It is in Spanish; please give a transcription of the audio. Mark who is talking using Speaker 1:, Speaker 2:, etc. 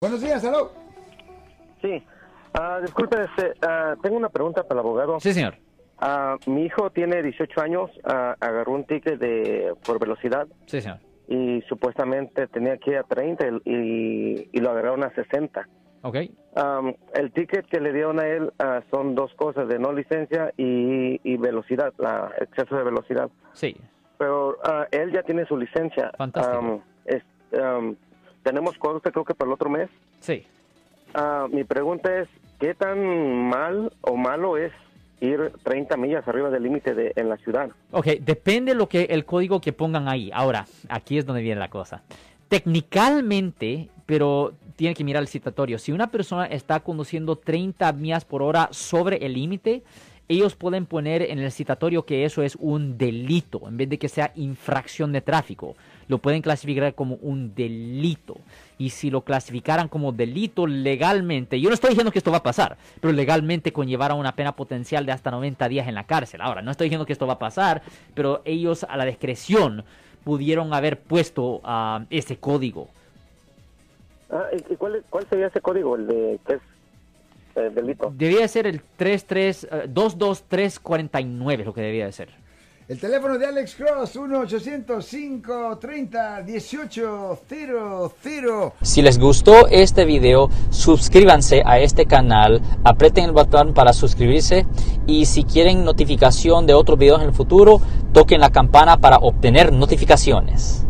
Speaker 1: Buenos días, hello.
Speaker 2: Sí. Ah, disculpe, este, ah, tengo una pregunta para el abogado.
Speaker 3: Sí, señor.
Speaker 2: Ah, mi hijo tiene 18 años, ah, agarró un ticket de, por velocidad
Speaker 3: Sí, señor.
Speaker 2: y supuestamente tenía que ir a 30 y, y lo agarraron a 60.
Speaker 3: Ok.
Speaker 2: Am, el ticket que le dieron a él ah, son dos cosas, de no licencia y, y velocidad, la, exceso de velocidad.
Speaker 3: Sí.
Speaker 2: Pero ah, él ya tiene su licencia.
Speaker 3: Fantástico.
Speaker 2: Am, es- am, tenemos corte creo que para el otro mes.
Speaker 3: Sí.
Speaker 2: Ah, mi pregunta es, ¿qué tan mal o malo es ir 30 millas arriba del límite de- en la ciudad?
Speaker 3: Ok, depende lo que el código que pongan ahí. Ahora, aquí es donde viene la cosa. Técnicamente, pero tiene que mirar el citatorio. Si una persona está conduciendo 30 millas por hora sobre el límite, ellos pueden poner en el citatorio que eso es un delito, en vez de que sea infracción de tráfico. Lo pueden clasificar como un delito. Y si lo clasificaran como delito legalmente, yo no estoy diciendo que esto va a pasar, pero legalmente conllevará una pena potencial de hasta 90 días en la cárcel. Ahora, no estoy diciendo que esto va a pasar, pero ellos a la discreción pudieron haber puesto ah, ese código.
Speaker 2: Ah, ¿y, y cuál, es- cuál sería ese código, el de que es eh, delito?
Speaker 3: Debía de ser el 33, eh, 22349, es lo que debía de ser.
Speaker 1: El teléfono de Alex Cross, 1-800-530-1800.
Speaker 4: Si les gustó este video, suscríbanse a este canal, aprieten el botón para suscribirse y si quieren notificación de otros videos en el futuro, toquen la campana para obtener notificaciones.